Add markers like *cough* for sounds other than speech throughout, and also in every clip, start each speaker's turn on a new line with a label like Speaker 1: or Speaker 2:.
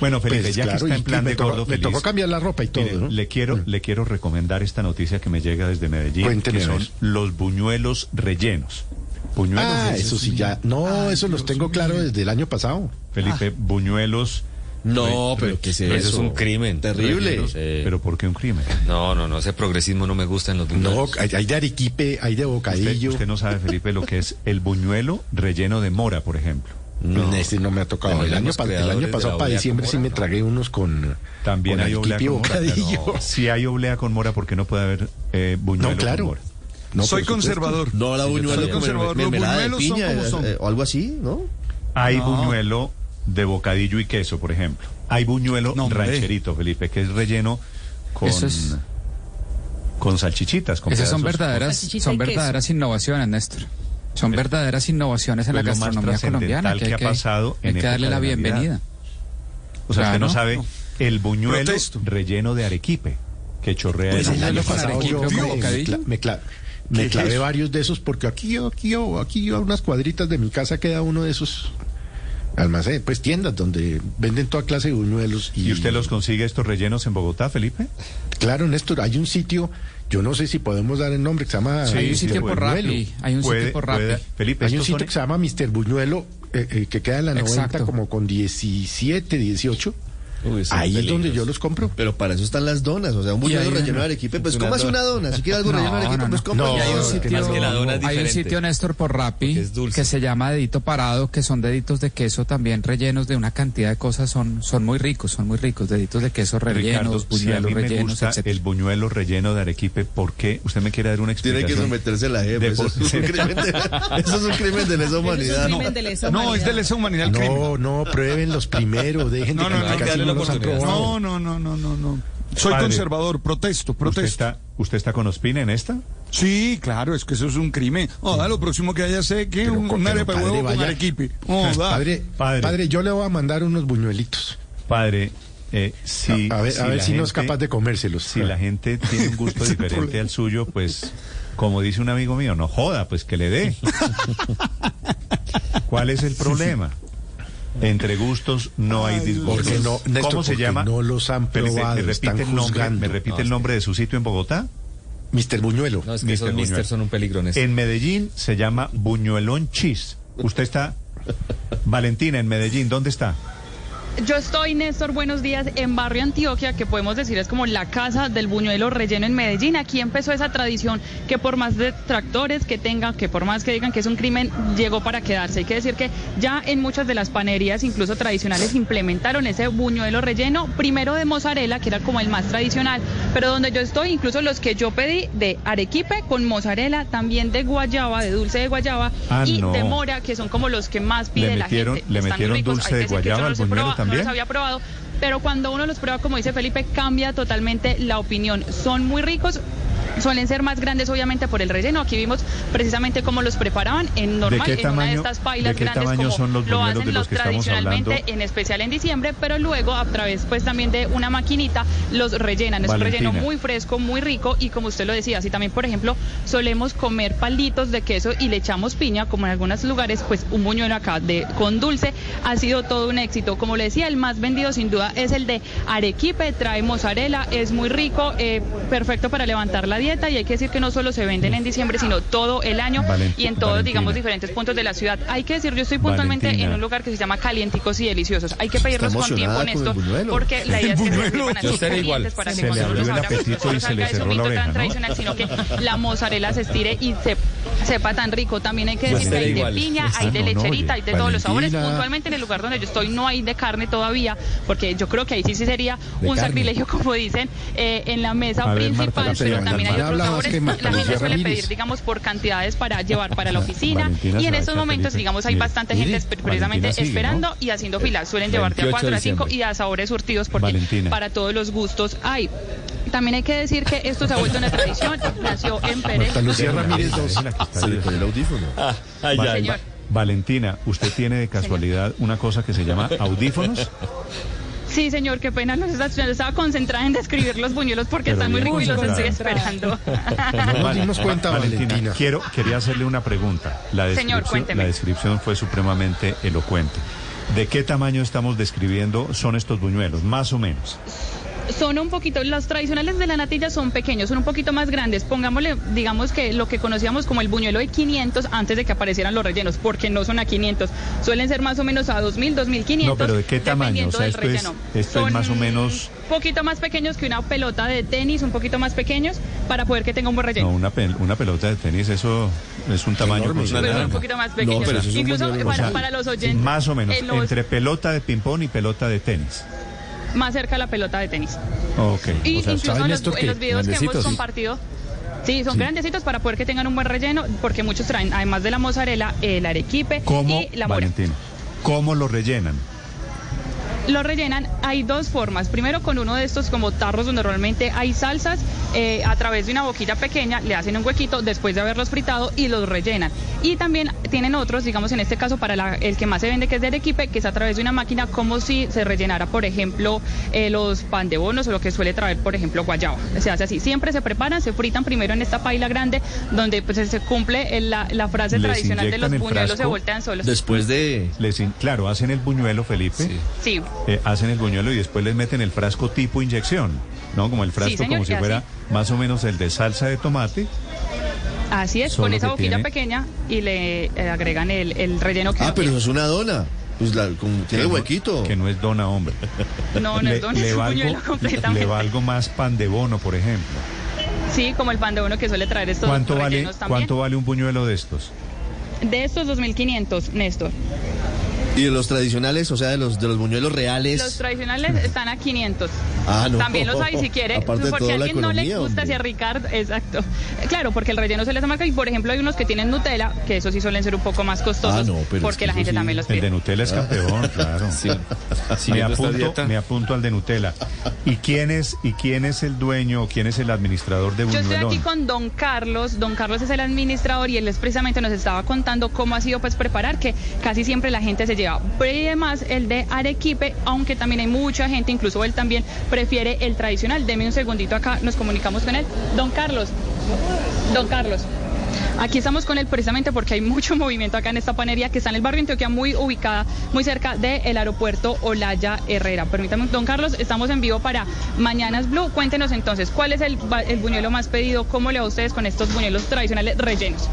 Speaker 1: Bueno, Felipe,
Speaker 2: Pues,
Speaker 1: ya
Speaker 2: claro,
Speaker 1: que está
Speaker 2: y-
Speaker 1: en plan
Speaker 2: y me
Speaker 1: de
Speaker 2: tocó-
Speaker 1: gordo
Speaker 2: me
Speaker 1: feliz.
Speaker 2: tocó cambiar la ropa y todo,
Speaker 1: mire,
Speaker 2: ¿no?
Speaker 1: Le quiero, le quiero recomendar esta noticia que me llega desde Medellín,
Speaker 2: Cuénteme,
Speaker 1: que
Speaker 2: a
Speaker 1: son
Speaker 2: ver.
Speaker 1: los buñuelos rellenos. Buñuelos
Speaker 2: Ah,
Speaker 1: es-
Speaker 2: eso sí, Ah, ya. Ah. No, eso los tengo claro desde el año pasado.
Speaker 1: Felipe, buñuelos.
Speaker 3: No,
Speaker 1: re-
Speaker 3: pero
Speaker 1: re-
Speaker 3: que
Speaker 4: Eso Eh. es un crimen.
Speaker 3: Terrible.
Speaker 4: Sí.
Speaker 1: Pero ¿por qué un crimen?
Speaker 4: No, no, no, ese progresismo no me gusta en los
Speaker 2: No,
Speaker 4: buñuelos.
Speaker 2: hay, hay de arequipe, hay de
Speaker 1: Usted,
Speaker 2: bocadillo.
Speaker 1: usted no sabe, Felipe, lo que es el buñuelo relleno de mora, por ejemplo.
Speaker 2: No, este no me ha tocado.
Speaker 4: Bueno,
Speaker 2: el,
Speaker 4: eran
Speaker 2: año,
Speaker 4: los
Speaker 2: pa- el
Speaker 4: creadores
Speaker 2: año
Speaker 4: de
Speaker 2: pasado
Speaker 4: la
Speaker 2: para
Speaker 4: oblea
Speaker 2: diciembre
Speaker 4: con
Speaker 2: sí
Speaker 4: mora,
Speaker 2: me
Speaker 4: ¿no?
Speaker 2: tragué unos con.
Speaker 1: También
Speaker 2: con
Speaker 1: hay oblea
Speaker 2: arequipe y
Speaker 1: con mora, pero
Speaker 2: bocadillo. *laughs*
Speaker 1: Si hay oblea con mora, ¿por qué no puede haber eh, buñuelo
Speaker 2: No, claro.
Speaker 1: con mora?
Speaker 2: No,
Speaker 5: Soy
Speaker 2: por supuesto.
Speaker 5: conservador.
Speaker 3: No, la buñuelo
Speaker 5: soy
Speaker 3: con merme-
Speaker 5: conservador. Los
Speaker 3: mermelada de
Speaker 5: buñuelos son
Speaker 3: piña
Speaker 5: como
Speaker 3: eh,
Speaker 5: son.
Speaker 3: eh, o algo así, ¿no?
Speaker 1: Hay buñuelo de bocadillo y queso, por ejemplo. Hay buñuelo
Speaker 5: No, hombre.
Speaker 1: rancherito, Felipe, que es relleno con,
Speaker 6: Eso es-
Speaker 1: con salchichitas. Con
Speaker 6: Esas son
Speaker 1: pedazos.
Speaker 6: verdaderas,
Speaker 7: salchichita y
Speaker 6: son
Speaker 7: queso.
Speaker 6: verdaderas innovaciones, Néstor. Son verdaderas innovaciones en la
Speaker 1: Pues lo más
Speaker 6: gastronomía
Speaker 1: trascendental
Speaker 6: colombiana.
Speaker 1: que ha pasado
Speaker 6: hay
Speaker 1: en
Speaker 6: que
Speaker 1: época
Speaker 6: darle
Speaker 1: de
Speaker 6: la
Speaker 1: Navidad.
Speaker 6: bienvenida.
Speaker 1: O sea, usted no
Speaker 6: Claro.
Speaker 1: sabe el buñuelo
Speaker 5: Protesto.
Speaker 1: relleno de arequipe que chorrea
Speaker 2: Pues
Speaker 1: en
Speaker 2: el
Speaker 1: la
Speaker 6: Buñuelo
Speaker 1: calle.
Speaker 2: año
Speaker 6: con
Speaker 2: pasado
Speaker 6: arequipe
Speaker 2: yo
Speaker 6: o con
Speaker 2: me- me
Speaker 6: bocadillo.
Speaker 2: cla- me cla- me
Speaker 5: ¿Qué
Speaker 2: clavé
Speaker 5: es eso?
Speaker 2: varios de esos porque aquí, aquí, aquí a unas cuadritas de mi casa queda uno de esos almacenes, pues tiendas donde venden toda clase de buñuelos.
Speaker 1: ¿Y usted los consigue estos rellenos en Bogotá, Felipe?
Speaker 2: Claro, Néstor, hay un sitio, yo no sé si podemos dar el nombre, que se llama...
Speaker 1: Sí,
Speaker 6: hay un
Speaker 1: sí,
Speaker 6: sitio
Speaker 1: puede.
Speaker 6: por Rappi. Hay un
Speaker 1: Puede-
Speaker 6: sitio por
Speaker 1: puede-
Speaker 6: Rappi.
Speaker 1: Felipe,
Speaker 2: Hay un
Speaker 1: estos
Speaker 2: sitio
Speaker 1: son-
Speaker 2: que se llama Mister Buñuelo, eh, eh, que queda en la 90
Speaker 6: Exacto.
Speaker 2: como con 17, 18.
Speaker 3: Uy, eso
Speaker 2: Ahí es
Speaker 3: peligro.
Speaker 2: donde yo los compro.
Speaker 3: Pero para eso están las donas, o sea, un
Speaker 6: Y
Speaker 3: buñuelo
Speaker 6: hay una-
Speaker 3: relleno de arequipe, pues
Speaker 4: una
Speaker 3: cómase
Speaker 4: dona.
Speaker 3: una dona, si quiere
Speaker 6: *laughs*
Speaker 3: algo
Speaker 6: No,
Speaker 3: relleno de arequipe,
Speaker 6: no,
Speaker 3: pues
Speaker 6: no.
Speaker 3: cómase
Speaker 2: No,
Speaker 3: una
Speaker 4: hay un
Speaker 3: dona.
Speaker 4: sitio-
Speaker 3: Más que la dona.
Speaker 4: dona es
Speaker 6: Hay un
Speaker 4: diferente.
Speaker 6: sitio, Néstor, por Rappi,
Speaker 4: Porque es dulce.
Speaker 6: que se llama Dedito Parado, que son deditos de queso también rellenos de una cantidad de cosas. Son, son muy ricos, son muy ricos. Deditos de queso
Speaker 1: Ricardo,
Speaker 6: rellenos,
Speaker 1: si a
Speaker 6: buñuelos
Speaker 1: mí me
Speaker 6: rellenos,
Speaker 1: gusta
Speaker 6: etc.
Speaker 1: el buñuelo relleno de arequipe, ¿por qué? Usted me quiere dar una
Speaker 3: Tiene
Speaker 1: explicación.
Speaker 3: que someterse a la
Speaker 1: De
Speaker 3: jefe. Eso
Speaker 1: por-
Speaker 3: es un crimen de- *laughs* eso es un crimen de lesa humanidad.
Speaker 7: crimen de lesa
Speaker 5: No, es de
Speaker 7: humanidad.
Speaker 5: lesa humanidad el crimen.
Speaker 2: No, no, prueben los primero, dejen
Speaker 5: No,
Speaker 2: de
Speaker 5: no, no,
Speaker 2: cantar, casi
Speaker 5: dale
Speaker 2: no
Speaker 5: la
Speaker 2: los han
Speaker 5: oportunidad.
Speaker 2: probado.
Speaker 5: No, no, no, no, no, no. Soy
Speaker 1: Padre.
Speaker 5: conservador, protesto,
Speaker 1: ¿Usted
Speaker 5: protesto.
Speaker 1: está, ¿Usted está con Ospina en esta?
Speaker 5: Sí, claro, es que eso es un crimen. Oh, da, lo próximo que haya sé que
Speaker 2: Pero
Speaker 5: un,
Speaker 2: con-
Speaker 5: un
Speaker 2: pero,
Speaker 5: arepa de
Speaker 2: padre,
Speaker 5: huevo con
Speaker 2: vaya. Ah,
Speaker 5: arequipe. Oh, da.
Speaker 2: Padre,
Speaker 1: Padre.
Speaker 2: padre, yo le voy a mandar unos buñuelitos.
Speaker 1: Padre, eh, si,
Speaker 2: a ver, a ver
Speaker 1: la
Speaker 2: si no es
Speaker 1: gente-
Speaker 2: capaz de comérselos.
Speaker 1: Si la gente tiene un
Speaker 2: *laughs*
Speaker 1: gusto diferente al suyo, pues, como dice un amigo mío, no joda, pues que le
Speaker 2: *laughs*
Speaker 1: dé. ¿Cuál es el problema? Entre gustos no hay disgustos.
Speaker 2: Porque no, Néstor,
Speaker 1: ¿Cómo se
Speaker 2: porque
Speaker 1: llama?
Speaker 2: no los han
Speaker 1: Felipe,
Speaker 2: probado,
Speaker 1: ¿me repite,
Speaker 2: están
Speaker 1: el, nombre,
Speaker 2: juzgando.
Speaker 1: ¿me repite el nombre de su sitio en Bogotá?
Speaker 2: Mister Buñuelo.
Speaker 4: No, es que
Speaker 1: Mister
Speaker 4: esos mister
Speaker 1: Buñuel.
Speaker 4: son un peligro en
Speaker 1: En Medellín se llama Buñuelón Chis. Usted está... Valentina, en Medellín, ¿dónde está?
Speaker 8: Yo estoy, Néstor, buenos días, en Barrio Antioquia, que podemos decir es como la casa del buñuelo relleno en Medellín. Aquí empezó esa tradición que por más detractores que tengan, que por más que digan que es un crimen, llegó para quedarse. Hay que decir que ya en muchas de las panerías, incluso tradicionales, implementaron ese buñuelo relleno, primero de mozzarella, que era como el más tradicional, pero donde yo estoy, incluso los que yo pedí de arequipe con mozzarella, también de guayaba, de dulce de guayaba
Speaker 1: Ah,
Speaker 8: y
Speaker 1: no.
Speaker 8: de mora, que son como los que más
Speaker 1: Le
Speaker 8: pide la
Speaker 1: metieron-
Speaker 8: gente.
Speaker 1: le
Speaker 8: Están
Speaker 1: metieron
Speaker 8: ricos.
Speaker 1: dulce
Speaker 8: Hay que
Speaker 1: de
Speaker 8: decir que yo
Speaker 1: guayaba
Speaker 8: no
Speaker 1: al
Speaker 8: los he
Speaker 1: buñuelo
Speaker 8: probado- no los
Speaker 1: también.
Speaker 8: había había probado, pero cuando uno los prueba, como dice Felipe, cambia totalmente la opinión. Son muy ricos. Suelen ser más grandes, obviamente, por el relleno. Aquí vimos precisamente cómo los preparaban en normal,
Speaker 1: qué
Speaker 8: en una
Speaker 1: tamaño-
Speaker 8: de estas pailas
Speaker 1: de qué
Speaker 8: grandes,
Speaker 1: tamaño
Speaker 8: como
Speaker 1: son los
Speaker 8: lo
Speaker 1: buñuelos
Speaker 8: hacen
Speaker 1: de los
Speaker 8: los
Speaker 1: que estamos
Speaker 8: tradicionalmente,
Speaker 1: hablando?
Speaker 8: en especial en diciembre, pero luego a través, pues, también de una maquinita los rellenan. Es un
Speaker 1: Valentina.
Speaker 8: relleno muy fresco, muy rico y como usted lo decía, así también, por ejemplo, solemos comer palitos de queso y le echamos piña, como en algunos lugares, pues un buñuelo acá de, con dulce ha sido todo un éxito. Como le decía, el más vendido sin duda es el de arequipe, trae mozzarella, es muy rico, eh, perfecto para levantar la dieta y hay que decir que no solo se venden en diciembre, sino todo el año
Speaker 1: Valent-
Speaker 8: y en todos,
Speaker 1: Valentina.
Speaker 8: digamos, diferentes puntos de la ciudad. Hay que decir, yo estoy puntualmente
Speaker 1: Valentina.
Speaker 8: en un lugar que se llama Calienticos y Deliciosos. Hay que pedirlos con
Speaker 3: emocionada
Speaker 8: tiempo,
Speaker 3: con el
Speaker 8: Néstor,
Speaker 3: buñuelo.
Speaker 8: porque
Speaker 1: *laughs*
Speaker 8: la idea es que se sirvan
Speaker 4: Yo
Speaker 8: así
Speaker 4: estaría igual.
Speaker 8: calientes para
Speaker 1: Se
Speaker 8: que
Speaker 1: le
Speaker 8: cuando uno
Speaker 1: abrió
Speaker 8: los
Speaker 1: el
Speaker 8: abra, pues,
Speaker 1: apetito
Speaker 8: no
Speaker 1: y
Speaker 8: solo
Speaker 1: se le
Speaker 8: salga ese
Speaker 1: cerró la
Speaker 8: mito tan
Speaker 1: oreja, ¿no?
Speaker 8: tradicional, sino que la mozzarella se estire y se sepa tan rico. También hay que
Speaker 4: Yo
Speaker 8: decir que
Speaker 4: estaría
Speaker 8: hay de
Speaker 4: igual.
Speaker 8: piña,
Speaker 1: Esa
Speaker 8: hay de
Speaker 1: no, no, oye,
Speaker 8: lecherita, hay de todos los sabores.
Speaker 2: Valentina.
Speaker 8: Puntualmente en el lugar donde yo estoy no hay de carne todavía, porque yo creo que ahí sí, sí sería
Speaker 3: De
Speaker 8: un
Speaker 3: carne.
Speaker 8: sacrilegio, como dicen, eh, en la mesa
Speaker 1: A ver, Marta,
Speaker 8: principal,
Speaker 1: la
Speaker 8: pero
Speaker 1: señora
Speaker 8: también hay
Speaker 2: Marta.
Speaker 8: otros
Speaker 2: Habla más que
Speaker 8: sabores.
Speaker 2: Marta
Speaker 8: La gente
Speaker 2: Lucía
Speaker 8: suele
Speaker 2: Ramírez.
Speaker 8: pedir, digamos, por cantidades para llevar para la oficina.
Speaker 1: Valentina
Speaker 8: Y
Speaker 1: se
Speaker 8: en
Speaker 1: va a
Speaker 8: estos
Speaker 1: echar
Speaker 8: momentos,
Speaker 1: Felipe.
Speaker 8: digamos, hay
Speaker 1: Mire,
Speaker 8: bastante gente esper-
Speaker 1: Valentina
Speaker 8: precisamente
Speaker 1: sigue, ¿no?
Speaker 8: esperando y haciendo filas. Suelen llevarte a
Speaker 4: 28 de
Speaker 8: 4 a 5
Speaker 4: diciembre.
Speaker 8: y a sabores surtidos, porque
Speaker 1: Valentina.
Speaker 8: para todos los gustos hay. También hay que decir que esto se ha vuelto
Speaker 1: *laughs*
Speaker 8: una tradición. Nació en Pérez.
Speaker 2: Marta Lucía
Speaker 1: Déjela,
Speaker 2: Ramírez
Speaker 1: déjela,
Speaker 2: dos.
Speaker 1: déjela que está
Speaker 3: Se
Speaker 2: pues,
Speaker 3: le
Speaker 1: bien.
Speaker 3: pone el audífono.
Speaker 1: Va-
Speaker 8: Señor.
Speaker 1: Valentina, ¿usted tiene de casualidad una cosa que se llama
Speaker 8: *laughs*
Speaker 1: audífonos?
Speaker 8: Sí, señor, qué pena. No estaba, estaba concentrada en describir los buñuelos porque
Speaker 1: Pero
Speaker 8: están muy
Speaker 1: bien
Speaker 8: ricos y los estoy
Speaker 1: concentrada.
Speaker 8: esperando.
Speaker 2: No nos
Speaker 1: Vale,
Speaker 2: dimos cuenta,
Speaker 1: Va-
Speaker 2: Valentina.
Speaker 1: Quiero, quería hacerle una pregunta. La
Speaker 8: Señor,
Speaker 1: descripción,
Speaker 8: cuénteme.
Speaker 1: la descripción fue supremamente elocuente. ¿De qué tamaño estamos describiendo son estos buñuelos? Más o menos.
Speaker 8: Son un poquito, los tradicionales de la natilla son pequeños, son un poquito más grandes. Pongámosle, digamos que lo que conocíamos como el buñuelo de 500 antes de que aparecieran los rellenos, porque no son a 500, suelen ser más o menos a 2000, 2500.
Speaker 1: No, pero ¿de qué tamaño? O
Speaker 8: dependiendo
Speaker 1: sea,
Speaker 8: del
Speaker 1: esto es,
Speaker 8: relleno.
Speaker 1: esto
Speaker 8: Son
Speaker 1: es más o menos...
Speaker 8: Un poquito más pequeños que una pelota de tenis, un poquito más pequeños, para poder que tenga un buen relleno.
Speaker 1: No, una, pel- una pelota de tenis, eso es un tamaño
Speaker 3: Enorme,
Speaker 1: considerable.
Speaker 8: pero
Speaker 3: nada.
Speaker 8: un poquito más pequeños.
Speaker 3: No, pero eso es un
Speaker 8: Incluso
Speaker 3: buñuelo,
Speaker 8: para,
Speaker 1: o sea,
Speaker 8: para los oyentes.
Speaker 1: Más o menos,
Speaker 8: en los-
Speaker 1: entre pelota de ping-pong y pelota de tenis.
Speaker 8: Más cerca a la pelota de tenis.
Speaker 1: Ok.
Speaker 8: Y
Speaker 1: o sea,
Speaker 8: incluso
Speaker 2: ¿sabe,
Speaker 8: en los,
Speaker 2: Néstor,
Speaker 8: en
Speaker 2: que
Speaker 8: los videos que hemos
Speaker 2: grandecitos?
Speaker 8: compartido. Sí, son grandecitos para poder que tengan un buen relleno, porque muchos traen, además de la mozzarella, el arequipe
Speaker 1: ¿Cómo,
Speaker 8: y la mora.
Speaker 1: Valentino? ¿Cómo lo rellenan?
Speaker 8: Lo rellenan, hay dos formas. Primero con uno de estos como tarros donde normalmente hay salsas, eh, a través de una boquilla pequeña le hacen un huequito después de haberlos fritado y los rellenan. Y también tienen otros, digamos en este caso para la- el que más se vende que es de Arequipe, que es a través de una máquina como si se rellenara, por ejemplo, eh, los pan de bonos o lo que suele traer, por ejemplo, guayaba. Se hace así, siempre se preparan, se fritan primero en esta paila grande donde pues, se cumple eh, la, la frase
Speaker 1: Les
Speaker 8: tradicional de los
Speaker 1: inyectan el
Speaker 8: buñuelos se
Speaker 1: frasco
Speaker 8: voltean solos.
Speaker 3: Después de...
Speaker 1: Les in- claro, hacen el buñuelo, Felipe.
Speaker 4: Sí.
Speaker 8: Sí.
Speaker 1: eh, hacen el buñuelo y después les meten el frasco tipo inyección, ¿no? Como el frasco
Speaker 8: señor,
Speaker 1: como si
Speaker 8: ya
Speaker 1: fuera más o menos el de salsa de tomate.
Speaker 8: Así es,
Speaker 1: Solo
Speaker 8: con esa
Speaker 1: que
Speaker 8: boquilla
Speaker 1: tiene-
Speaker 8: pequeña y le eh, agregan el, el relleno que
Speaker 3: Ah,
Speaker 8: uno
Speaker 3: pero
Speaker 8: quiera.
Speaker 3: eso es una dona. Pues la, como tiene
Speaker 1: Que no-
Speaker 3: huequito.
Speaker 1: Que no es dona, hombre.
Speaker 8: no, no es don, *laughs* es un buñuelo completamente.
Speaker 1: le valgo más pan de bono, por ejemplo.
Speaker 8: Sí, como el pan de uno que suele traer estos
Speaker 1: ¿Cuánto vale,
Speaker 8: rellenos también.
Speaker 1: ¿Cuánto vale un buñuelo de estos?
Speaker 8: De estos 2.500, Néstor.
Speaker 3: Y de los tradicionales, o sea, de los, de los buñuelos
Speaker 8: Los
Speaker 3: reales.
Speaker 8: tradicionales están a 500.
Speaker 3: Ah, no.
Speaker 8: También
Speaker 3: *laughs*
Speaker 8: los hay si quiere,
Speaker 3: Aparte de
Speaker 8: porque
Speaker 3: todo,
Speaker 8: a
Speaker 3: la
Speaker 8: alguien no le
Speaker 3: economía,
Speaker 8: gusta,
Speaker 3: hombre.
Speaker 8: si a Ricardo, exacto. Eh, Claro, porque el relleno se les marca y por ejemplo hay unos que tienen Nutella, que esos sí suelen ser un poco más costosos,
Speaker 3: Ah, no, pero es
Speaker 8: porque
Speaker 3: que
Speaker 8: la
Speaker 3: eso
Speaker 8: gente
Speaker 3: sí,
Speaker 8: también los
Speaker 1: El
Speaker 8: pide.
Speaker 1: de Nutella es
Speaker 4: *laughs*
Speaker 1: campeón, claro.
Speaker 4: Ah. Sí.
Speaker 1: me,
Speaker 4: Siguiendo esta
Speaker 1: apunto,
Speaker 4: dieta.
Speaker 1: me apunto al de Nutella. ¿Y quién es, y quién es el dueño o quién es el administrador de
Speaker 8: Yo estoy
Speaker 1: Buñuelón?
Speaker 8: aquí con Don Carlos. Don Carlos es el administrador y él es precisamente nos estaba contando cómo ha sido pues preparar, que casi siempre la gente se lleva. Pero y además el de Arequipe, aunque también hay mucha gente, incluso él también prefiere el tradicional. Deme un segundito acá, nos comunicamos con él. Don Carlos, Don Carlos. Aquí estamos con él precisamente porque hay mucho *laughs* movimiento acá en esta panería que está en el barrio Antioquia, muy ubicada, muy cerca del aeropuerto Olaya Herrera. Permítame, don Carlos, estamos en vivo para Mañanas Blue. Cuéntenos entonces, ¿cuál es el, ba- el buñuelo más pedido? ¿Cómo le va a ustedes con estos buñuelos tradicionales rellenos?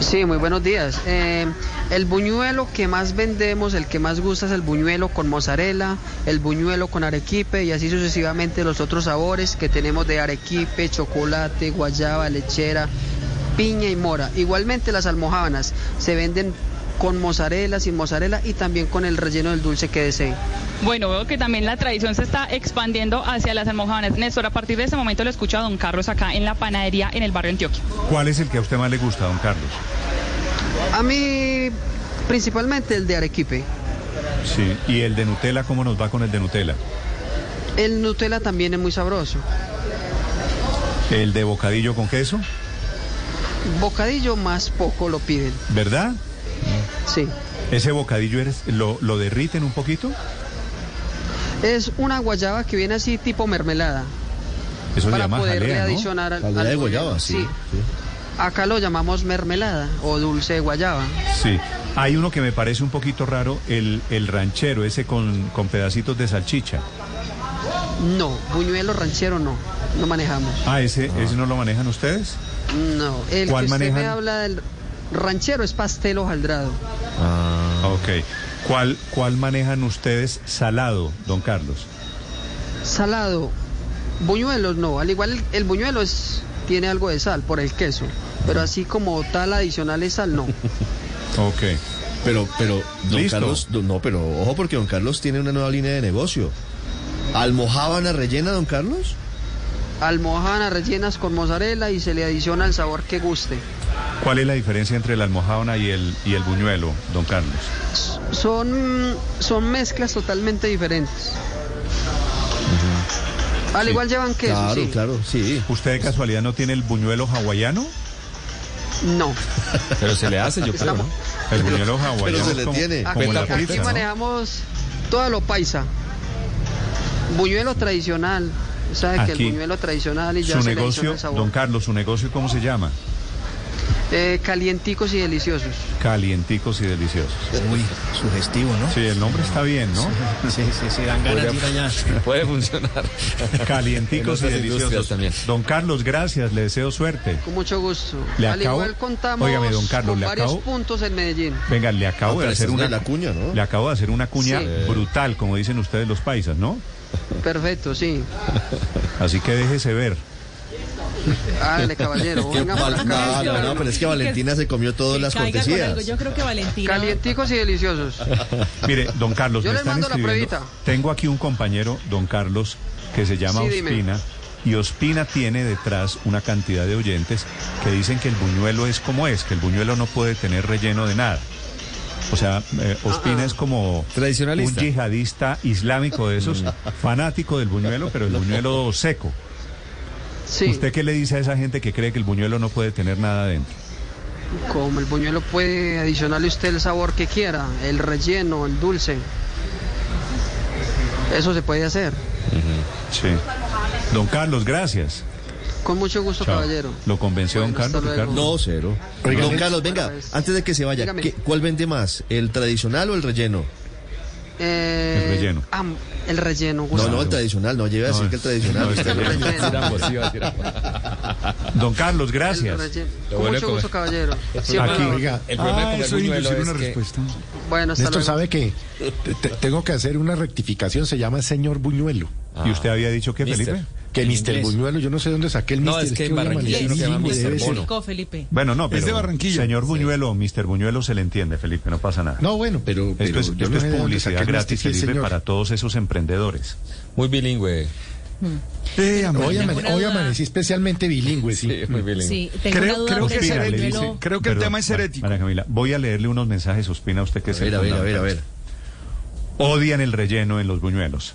Speaker 7: Sí, muy buenos días. Eh, el buñuelo que más vendemos, el que más gusta es el buñuelo con mozzarella, el buñuelo con arequipe y así sucesivamente los otros sabores que tenemos de arequipe, chocolate, guayaba, lechera, piña y mora. Igualmente las almojábanas se venden con mozzarella, sin mozzarella y también con el relleno del dulce que deseen.
Speaker 8: Bueno, veo que también la tradición se está expandiendo hacia las almojábanas. Néstor, a partir de este momento lo escucho a don Carlos acá en la panadería en el barrio Antioquia.
Speaker 1: ¿Cuál es el que a usted más le gusta, don Carlos?
Speaker 7: A mí principalmente el de arequipe.
Speaker 1: Sí. ¿Y el de Nutella, cómo nos va con el de Nutella?
Speaker 7: El Nutella también es muy sabroso.
Speaker 1: ¿El de bocadillo con queso?
Speaker 7: Bocadillo más poco lo piden.
Speaker 1: ¿Verdad?
Speaker 7: Sí.
Speaker 1: ¿Ese bocadillo eres, lo, lo derriten un poquito?
Speaker 7: Es una guayaba que viene así tipo mermelada.
Speaker 1: Eso se
Speaker 7: para
Speaker 1: llama
Speaker 7: poderle
Speaker 1: jalea, ¿no?
Speaker 7: adicionar al,
Speaker 3: Jalea de
Speaker 7: al
Speaker 3: guayaba,
Speaker 7: pollo.
Speaker 3: sí, sí.
Speaker 7: Acá lo llamamos mermelada o dulce de guayaba.
Speaker 1: Sí. Hay uno que me parece un poquito raro, el, el ranchero, ese con, con pedacitos de salchicha.
Speaker 7: No, buñuelo ranchero no, no manejamos.
Speaker 1: Ah, ese, ese no lo manejan ustedes.
Speaker 7: No, el
Speaker 1: ¿Cuál
Speaker 7: que usted me
Speaker 1: manejan?
Speaker 7: habla del ranchero es pastel hojaldrado.
Speaker 3: Ah.
Speaker 1: Ok. ¿Cuál, ¿Cuál manejan ustedes salado, don Carlos?
Speaker 7: Salado, buñuelos no, al igual el, el buñuelo es, tiene algo de sal por el queso, pero así como tal adicional es
Speaker 3: *laughs*
Speaker 7: sal no.
Speaker 1: Ok.
Speaker 3: Pero, pero, don
Speaker 1: Listo.
Speaker 3: Carlos, don- no, pero ojo porque don Carlos tiene una nueva línea de negocio. ¿Almojábana rellena, don Carlos?
Speaker 7: Almohana rellenas con mozzarella y se le adiciona el sabor que guste.
Speaker 1: ¿Cuál es la diferencia entre la almojábana y el, y el buñuelo, don Carlos?
Speaker 7: Son, son mezclas totalmente diferentes. Al
Speaker 1: Sí.
Speaker 7: igual llevan queso,
Speaker 3: claro,
Speaker 7: sí.
Speaker 3: claro, sí.
Speaker 1: ¿Usted de casualidad no tiene el buñuelo hawaiano?
Speaker 7: No.
Speaker 4: Pero se le hace, yo creo, ¿no?
Speaker 7: Estamos-
Speaker 1: El
Speaker 3: *laughs* Pero-
Speaker 1: buñuelo hawaiano.
Speaker 3: pero se
Speaker 1: es
Speaker 3: le
Speaker 1: como-
Speaker 3: tiene.
Speaker 1: como
Speaker 7: Aquí,
Speaker 1: la
Speaker 7: aquí
Speaker 1: pizza, ¿no?
Speaker 7: manejamos todo lo paisa. Buñuelo tradicional. Sabe que
Speaker 1: Aquí,
Speaker 7: el buñuelo tradicional y ya
Speaker 1: Su
Speaker 7: se le adiciona
Speaker 1: negocio,
Speaker 7: el sabor.
Speaker 1: don Carlos, su negocio, ¿cómo se llama?
Speaker 7: Eh, calienticos y deliciosos.
Speaker 1: Calienticos y deliciosos.
Speaker 3: Uy, sugestivo, ¿no?
Speaker 1: Sí, el nombre está bien, ¿no?
Speaker 3: Sí, sí, sí, dan ganas de ir allá.
Speaker 4: Puede funcionar.
Speaker 1: Calienticos y
Speaker 4: *laughs* En otras industrias
Speaker 1: deliciosos.
Speaker 4: también.
Speaker 1: Don Carlos, gracias, le deseo suerte.
Speaker 7: Con mucho gusto.
Speaker 1: Le
Speaker 7: Al
Speaker 1: acabo-
Speaker 7: igual contamos
Speaker 1: Óigame, don Carlos,
Speaker 7: con
Speaker 1: le
Speaker 7: varios
Speaker 1: acabo-
Speaker 7: puntos en Medellín.
Speaker 1: Venga, le
Speaker 3: No,
Speaker 1: acabo de
Speaker 3: pero
Speaker 1: hacer
Speaker 3: esa es
Speaker 1: una
Speaker 3: de la cuña, ¿no?
Speaker 1: Le acabo de hacer una cuña
Speaker 7: Sí.
Speaker 1: brutal, como dicen ustedes los paisas, ¿no?
Speaker 7: Perfecto, sí.
Speaker 1: Así que déjese ver.
Speaker 7: Hágale,
Speaker 1: *laughs*
Speaker 7: caballero.
Speaker 3: Qué
Speaker 7: Venga para
Speaker 3: pal-
Speaker 7: acá.
Speaker 3: No, no, no, pero es que Valentina se comió todas las
Speaker 9: caiga con algo.
Speaker 3: cortesías.
Speaker 9: Yo creo que Valentina.
Speaker 7: Calienticos y deliciosos.
Speaker 1: Mire, don Carlos,
Speaker 7: Yo
Speaker 1: me
Speaker 7: les
Speaker 1: están
Speaker 7: mando la
Speaker 1: escribiendo.
Speaker 7: pruebita.
Speaker 1: Tengo aquí un compañero, don Carlos, que se llama
Speaker 7: Sí, dime.
Speaker 1: Ospina. Y Ospina tiene detrás una cantidad de oyentes que dicen que el buñuelo es como es, que el buñuelo no puede tener relleno de nada. O sea, eh, Ospina
Speaker 7: Ah,
Speaker 1: es como
Speaker 4: Tradicionalista.
Speaker 1: un yihadista islámico de esos, fanático del buñuelo, pero el buñuelo seco.
Speaker 7: Sí.
Speaker 1: ¿Usted qué le dice a esa gente que cree que el buñuelo no puede tener nada dentro?
Speaker 7: Como el buñuelo puede adicionarle usted el sabor que quiera, el relleno, el dulce. Eso se puede hacer.
Speaker 1: Sí. Don Carlos, gracias.
Speaker 7: Con mucho gusto,
Speaker 1: Chao.
Speaker 7: caballero.
Speaker 1: ¿Lo convenció don
Speaker 7: Bueno, hasta
Speaker 1: Carlos, Ricardo?
Speaker 7: luego.
Speaker 3: No, cero.
Speaker 2: Oigan,
Speaker 3: Don
Speaker 2: es-
Speaker 3: Carlos, venga, antes de que se vaya,
Speaker 7: Dígame.
Speaker 3: ¿qué- ¿cuál vende más? ¿El tradicional o el relleno?
Speaker 7: Eh,
Speaker 1: El relleno.
Speaker 7: am- el relleno,
Speaker 3: No,
Speaker 7: gusta.
Speaker 3: no, el tradicional, no, este lleve a decir
Speaker 1: No,
Speaker 3: que el tradicional.
Speaker 1: no, es
Speaker 3: usted-
Speaker 1: relleno. *laughs* Don Carlos,
Speaker 7: El
Speaker 1: gracias.
Speaker 7: relleno.
Speaker 4: Lo
Speaker 7: Con
Speaker 4: vuelve
Speaker 7: mucho
Speaker 4: a comer.
Speaker 7: gusto,
Speaker 1: *laughs*
Speaker 7: caballero. Siempre
Speaker 1: Aquí.
Speaker 7: la orden.
Speaker 2: Oiga,
Speaker 4: El problema
Speaker 5: Ah,
Speaker 4: con el
Speaker 5: eso es
Speaker 4: buñuelo
Speaker 5: inducir una
Speaker 4: es que-
Speaker 5: respuesta. Eh,
Speaker 7: Bueno, hasta
Speaker 2: Néstor
Speaker 7: luego.
Speaker 2: sabe que te- te- tengo que hacer una rectificación, se llama señor Buñuelo.
Speaker 1: ¿Y usted había dicho que,
Speaker 4: Mister.
Speaker 1: Felipe?
Speaker 2: Que
Speaker 4: En
Speaker 2: Mr.
Speaker 4: inglés.
Speaker 2: Buñuelo, yo no sé dónde saqué el
Speaker 4: No,
Speaker 2: Mr.
Speaker 4: es que en
Speaker 2: voy a
Speaker 4: Barranquilla
Speaker 2: amanecer
Speaker 4: uno que llama
Speaker 2: bilingüe,
Speaker 4: Mr.
Speaker 2: debe ser.
Speaker 4: Bono.
Speaker 9: Explicó, Felipe.
Speaker 1: Bueno, no,
Speaker 5: Es
Speaker 1: pero...
Speaker 5: de Barranquilla.
Speaker 1: Señor Buñuelo o Mr. Buñuelo se le entiende, Felipe, no pasa nada.
Speaker 2: No, bueno, pero,
Speaker 1: esto
Speaker 2: pero
Speaker 1: es,
Speaker 2: yo
Speaker 1: esto es
Speaker 2: no sé de dónde saqué
Speaker 1: publicidad
Speaker 2: el
Speaker 1: gratis,
Speaker 2: Mr. sí,
Speaker 1: Felipe,
Speaker 2: señor.
Speaker 1: para todos esos emprendedores.
Speaker 4: Muy bilingüe.
Speaker 5: Eh, amor,
Speaker 2: Hoy, amane-
Speaker 9: Ninguna
Speaker 2: hoy
Speaker 9: duda.
Speaker 2: amanecí especialmente bilingüe, sí.
Speaker 4: Sí, muy bilingüe.
Speaker 9: Sí, tengo una
Speaker 5: creo,
Speaker 9: duda.
Speaker 5: creo que es
Speaker 9: pero
Speaker 1: Ospina, le
Speaker 5: herético.
Speaker 1: dice-
Speaker 5: Creo que el
Speaker 1: Perdón,
Speaker 5: tema es
Speaker 1: Mar-
Speaker 5: herético.
Speaker 1: María Camila, voy a leerle unos mensajes, Ospina, usted que
Speaker 3: A
Speaker 1: es
Speaker 3: ver,
Speaker 1: el
Speaker 3: a ver, a ver, a ver.
Speaker 1: Odian el relleno en los buñuelos,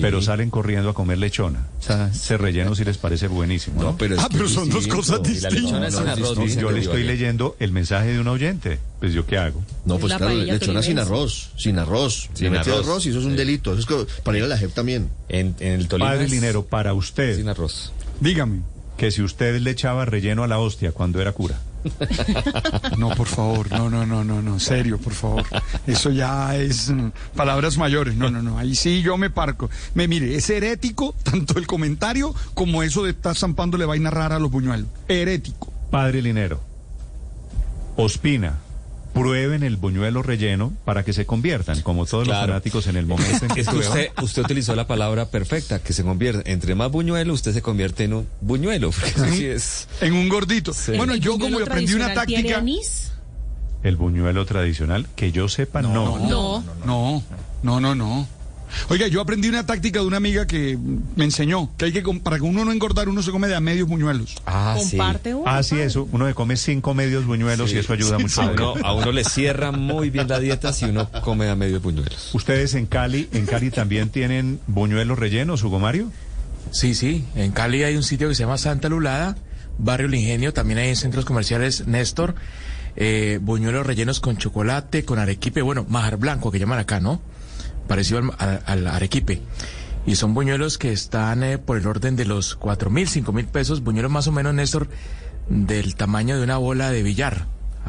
Speaker 1: pero salen corriendo a comer lechona. Ese relleno si les parece buenísimo, ¿no?
Speaker 4: pero es
Speaker 5: Ah,
Speaker 4: que
Speaker 5: pero
Speaker 4: es
Speaker 5: son dos
Speaker 4: distinto.
Speaker 5: cosas
Speaker 4: Y La lechona
Speaker 5: distintas.
Speaker 4: sin arroz,
Speaker 1: No,
Speaker 4: dicen
Speaker 1: yo
Speaker 4: que
Speaker 1: le estoy
Speaker 4: digo.
Speaker 1: leyendo el mensaje de un oyente. Pues yo qué hago.
Speaker 3: No,
Speaker 9: Es
Speaker 3: pues
Speaker 9: la
Speaker 3: claro,
Speaker 9: paella
Speaker 3: lechona sin
Speaker 9: tolimense.
Speaker 3: arroz, sin arroz.
Speaker 4: Sin
Speaker 3: Sin metió
Speaker 4: arroz.
Speaker 3: arroz y eso es un
Speaker 4: Sí.
Speaker 3: delito. Eso es que- para ir a la JEP también.
Speaker 4: En, en el Tolima.
Speaker 1: Padre
Speaker 4: es
Speaker 1: Linero, para
Speaker 4: Sin
Speaker 1: usted,
Speaker 4: arroz.
Speaker 5: Dígame.
Speaker 1: que si usted le echaba relleno a la hostia cuando era cura.
Speaker 5: No, por favor, no, no, no, no, no, serio, por favor. Eso ya es mm, palabras mayores. No, no, no, ahí sí yo me parco. Me mire, es herético tanto el comentario como eso de estar zampándole vaina rara a los buñuelos. Herético.
Speaker 1: Padre Linero, Ospina, prueben el buñuelo relleno para que se conviertan, como todos los
Speaker 4: Claro.
Speaker 1: fanáticos en el momento en que
Speaker 4: *laughs* Es que
Speaker 1: prueban.
Speaker 4: usted, usted utilizó la palabra perfecta, que se convierte. Entre más buñuelo, usted se convierte en un buñuelo. Porque eso sí es.
Speaker 5: En un gordito.
Speaker 4: Sí.
Speaker 5: Bueno,
Speaker 9: ¿El
Speaker 5: yo como
Speaker 9: buñuelo
Speaker 5: aprendí una
Speaker 9: tradicional tiene
Speaker 5: táctica.
Speaker 9: anís?
Speaker 1: El buñuelo tradicional, que yo sepa, no.
Speaker 9: No.
Speaker 5: No, no, no, no. Oiga, yo aprendí una táctica de una amiga que mm, me enseñó que hay que com- para que uno no engordar uno se come de a medios buñuelos.
Speaker 4: Ah, sí.
Speaker 9: Comparte uno.
Speaker 1: Ah, sí,
Speaker 9: padre.
Speaker 1: eso. Uno se come cinco medios buñuelos y eso
Speaker 4: *laughs*
Speaker 1: ayuda mucho.
Speaker 4: A uno, a uno le cierra muy bien la dieta si uno come a medio buñuelos.
Speaker 1: Ustedes en Cali, en Cali también tienen buñuelos rellenos, Hugo Mario.
Speaker 10: Sí, sí, en Cali hay un sitio que se llama Santa Lulada, Barrio El Ingenio, también hay en centros comerciales Néstor, eh, buñuelos rellenos con chocolate, con arequipe, bueno, majar blanco que llaman acá, ¿no? Parecido al, al- al arequipe. Y son buñuelos que están eh, por el orden de los cuatro mil, cinco mil pesos, buñuelos más o menos, Néstor, del tamaño de una bola de billar,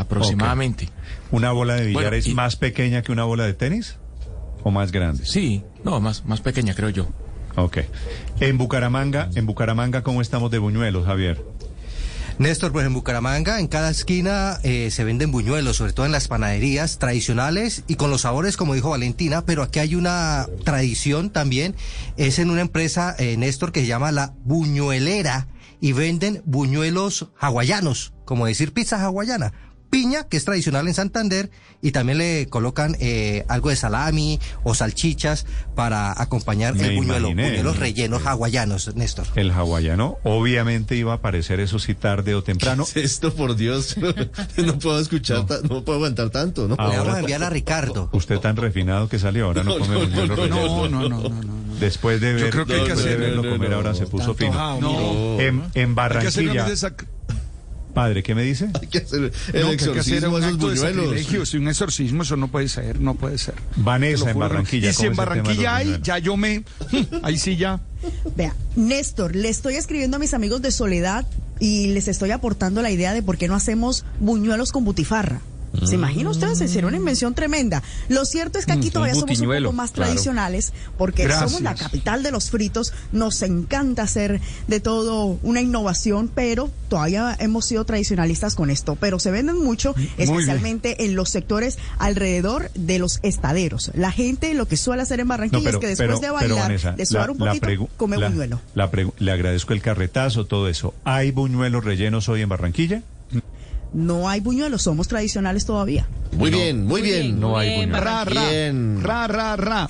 Speaker 10: aproximadamente.
Speaker 1: ¿Una bola de billar
Speaker 10: Bueno,
Speaker 1: es
Speaker 10: y-
Speaker 1: más pequeña que una bola de tenis? ¿O más grande?
Speaker 10: Sí, no, más, más pequeña creo yo.
Speaker 1: Ok. En Bucaramanga, en Bucaramanga, ¿cómo estamos de buñuelos, Javier?
Speaker 11: Néstor, pues en Bucaramanga, en cada esquina eh, se venden buñuelos, sobre todo en las panaderías tradicionales y con los sabores, como dijo Valentina, pero aquí hay una tradición también, es en una empresa, eh, Néstor, que se llama la Buñuelera y venden buñuelos hawaianos, como decir pizza hawaiana. Piña, que es tradicional en Santander, y
Speaker 5: *laughs*
Speaker 11: también le colocan eh, algo de salami o salchichas para acompañar
Speaker 1: Me
Speaker 11: el buñuelo.
Speaker 1: imaginé.
Speaker 11: buñuelos rellenos hawaianos, Néstor.
Speaker 1: El hawaiano, obviamente iba a aparecer eso sí tarde o temprano.
Speaker 3: Esto, por Dios, *laughs* no puedo escuchar, ta- no. puedo aguantar tanto, ¿no?
Speaker 11: Le
Speaker 1: Ahora-
Speaker 11: vamos a enviar a Ricardo.
Speaker 1: Usted tan refinado que salió, ahora no,
Speaker 3: No,
Speaker 1: come
Speaker 3: no,
Speaker 1: buñuelos
Speaker 3: no,
Speaker 1: rellenos.
Speaker 5: No, no, no, no, no. no.
Speaker 1: Después de ver,
Speaker 5: creo que hay que
Speaker 1: después de
Speaker 5: hacer-
Speaker 1: verlo
Speaker 3: no, no,
Speaker 1: comer,
Speaker 3: no,
Speaker 1: ahora se puso
Speaker 5: Tanto
Speaker 1: fino.
Speaker 5: jao, mire.
Speaker 3: No.
Speaker 1: En, en
Speaker 5: Hay que hacer una
Speaker 1: Barranquilla,
Speaker 5: vez de sac-
Speaker 1: padre, ¿qué me dice?
Speaker 3: *laughs* Hay que hacer el
Speaker 5: No, que hay que hacer
Speaker 3: exorcismo
Speaker 5: un
Speaker 3: a esos
Speaker 5: acto de sacrilegio,
Speaker 3: buñuelos.
Speaker 5: sí, un exorcismo, eso no puede ser, no puede ser.
Speaker 1: Vanessa,
Speaker 5: Te lo
Speaker 1: en
Speaker 5: juro, no.
Speaker 1: Barranquilla,
Speaker 5: Y si
Speaker 1: ¿cómo
Speaker 5: en
Speaker 1: es el tema de los
Speaker 5: Barranquilla hay,
Speaker 1: buñuelos?
Speaker 5: ya yo me... *laughs* Ahí sí ya.
Speaker 12: Vea, Néstor, le estoy escribiendo a mis amigos de Soledad
Speaker 8: y les estoy aportando la idea de por qué no hacemos buñuelos con butifarra. ¿Se imagina ustedes? Sería una invención tremenda. Lo cierto es que aquí
Speaker 5: Mm,
Speaker 8: todavía
Speaker 5: un
Speaker 8: somos un
Speaker 5: butiñuelo,
Speaker 8: poco más
Speaker 5: claro.
Speaker 8: tradicionales porque
Speaker 5: Gracias.
Speaker 8: somos la capital de los fritos, nos encanta hacer de todo una innovación, pero todavía hemos sido tradicionalistas con esto. Pero se venden mucho,
Speaker 7: bien.
Speaker 8: especialmente en los sectores alrededor de los estaderos. La gente lo que suele hacer en Barranquilla
Speaker 1: No, pero-
Speaker 8: es que después
Speaker 1: pero-
Speaker 8: de
Speaker 1: pero,
Speaker 8: bailar,
Speaker 1: Vanessa,
Speaker 8: de sudar
Speaker 1: la-
Speaker 8: un
Speaker 1: la
Speaker 8: poquito,
Speaker 1: pregu-
Speaker 8: come
Speaker 1: la-
Speaker 8: buñuelo.
Speaker 1: la pregu- le agradezco el carretazo, todo eso. ¿Hay buñuelos rellenos hoy en Barranquilla?
Speaker 8: No hay buñuelos, somos tradicionales todavía.
Speaker 3: Muy bien, muy bien.
Speaker 1: No hay
Speaker 8: Ra, ra.
Speaker 3: Bien.
Speaker 13: Ra, ra, ra.